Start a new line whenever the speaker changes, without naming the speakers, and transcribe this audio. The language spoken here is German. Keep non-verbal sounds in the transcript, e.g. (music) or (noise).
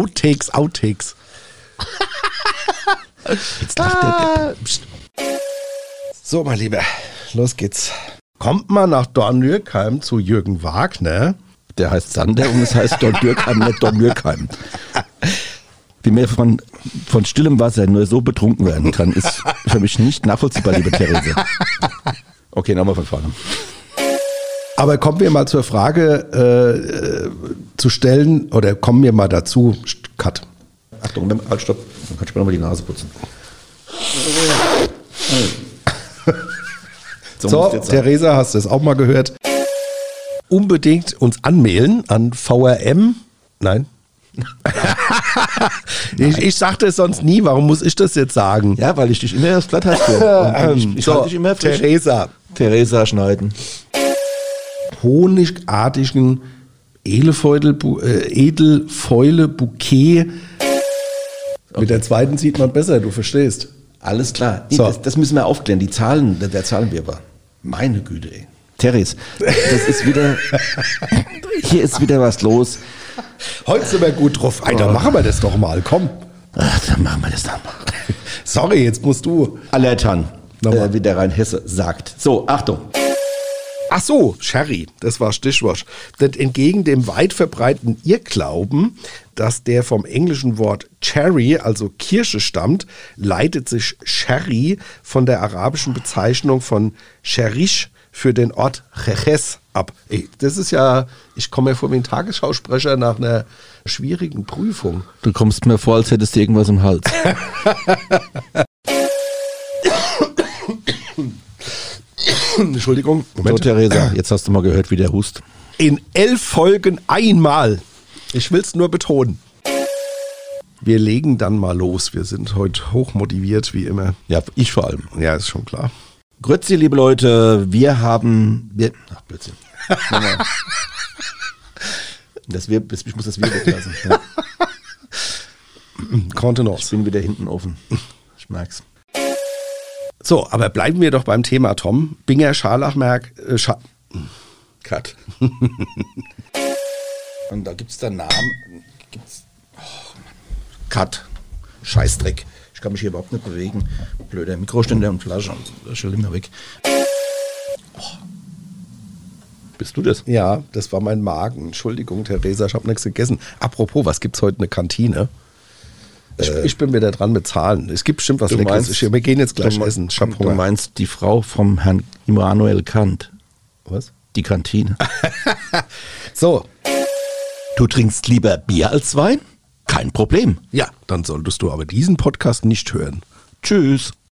Outtakes, Outtakes. Jetzt lacht der
Ah.
Depp. Psst. So, mein Lieber, los geht's. Kommt mal nach Dornürkheim zu Jürgen Wagner.
Der heißt Sander und es heißt Don Dürkheim, nicht Don Mürkheim. Wie mehr von, von stillem Wasser nur so betrunken werden kann, ist für mich nicht nachvollziehbar, liebe Therese. Okay, nochmal von vorne.
Aber kommen wir mal zur Frage äh, äh, zu stellen, oder kommen wir mal dazu, St- Cut.
Achtung, dann- halt, stopp. Dann kannst du mir nochmal die Nase putzen.
So,
muss jetzt sein.
Theresa, hast du es auch mal gehört? Unbedingt uns anmelden an VRM.
(laughs)
Nein. ich, ich sagte es sonst nie, warum muss ich das jetzt sagen?
Ja, weil ich dich immer erst glatt hast. Und Ich, ich halte dich immer frisch.
Äh, ähm, Theresa.
Theresa schneiden.
Honigartigen Edelfeudel, Bu- äh, Edelfäule Bouquet. Mit der zweiten sieht man besser, du verstehst.
Alles klar.
So.
Das, das müssen wir aufklären. Die Zahlen, der, der Zahlenwirrwarr. Meine Güte, ey. Therese, das ist wieder. Hier ist wieder was los.
Heute sind wir gut drauf. Alter, machen wir das doch mal, komm.
Ach, dann machen wir das dann mal.
Sorry, jetzt musst du.
Alertan,
Nochmal.
äh, wie der Rheinhesse sagt. So, Achtung.
Ach so, Sherry, das war Stichwort. Denn entgegen dem weit verbreiteten Irrglauben, dass der vom englischen Wort Cherry, also Kirsche, stammt, leitet sich Sherry von der arabischen Bezeichnung von Sherish für den Ort Cheches ab. Ey, das ist ja, ich komme mir vor wie ein Tagesschausprecher nach einer schwierigen Prüfung.
Du kommst mir vor, als hättest du irgendwas im Hals.
(clears throat) Entschuldigung,
So,
Moment.
Theresa, jetzt hast du mal gehört, wie der hust.
In elf Folgen einmal. Ich will es nur betonen. Wir legen dann mal los. Wir sind heute hochmotiviert, wie immer.
Ja, ich vor allem.
Ja, ist schon klar.
Grüezi, liebe Leute, wir haben. Wir, ach, Blödsinn. Nochmal. (laughs) Das wir, das, ich muss das Wir weglassen. Ja, ich
Contenance.
bin wieder hinten offen. Ich merk's.
So, aber bleiben wir doch beim Thema, Tom. Binger Scharlachmerk. Äh, Scha (laughs)
Cut. Und da gibt's da Namen. Gibt's, oh, Mann. Cut. Scheißdreck. Ich kann mich hier überhaupt nicht bewegen. Blöder Mikroständer und Flasche. Das stell ihn mal weg. Oh. Bist du das?
ja, das war mein Magen. Entschuldigung, Theresa, ich habe nichts gegessen. Apropos, was gibt's heute in der Kantine? Ich, ich bin wieder dran mit Zahlen. Es gibt bestimmt was
Äh. Du
Leckeres.
meinst-
Ich- wir gehen jetzt gleich
du, me-
essen. Ich hab
Du
Hunger.
meinst die Frau vom Herrn Immanuel Kant.
Was?
Die Kantine.
So,
Du trinkst lieber Bier als Wein? Kein Problem.
ja, dann solltest du aber diesen Podcast nicht hören.
Tschüss.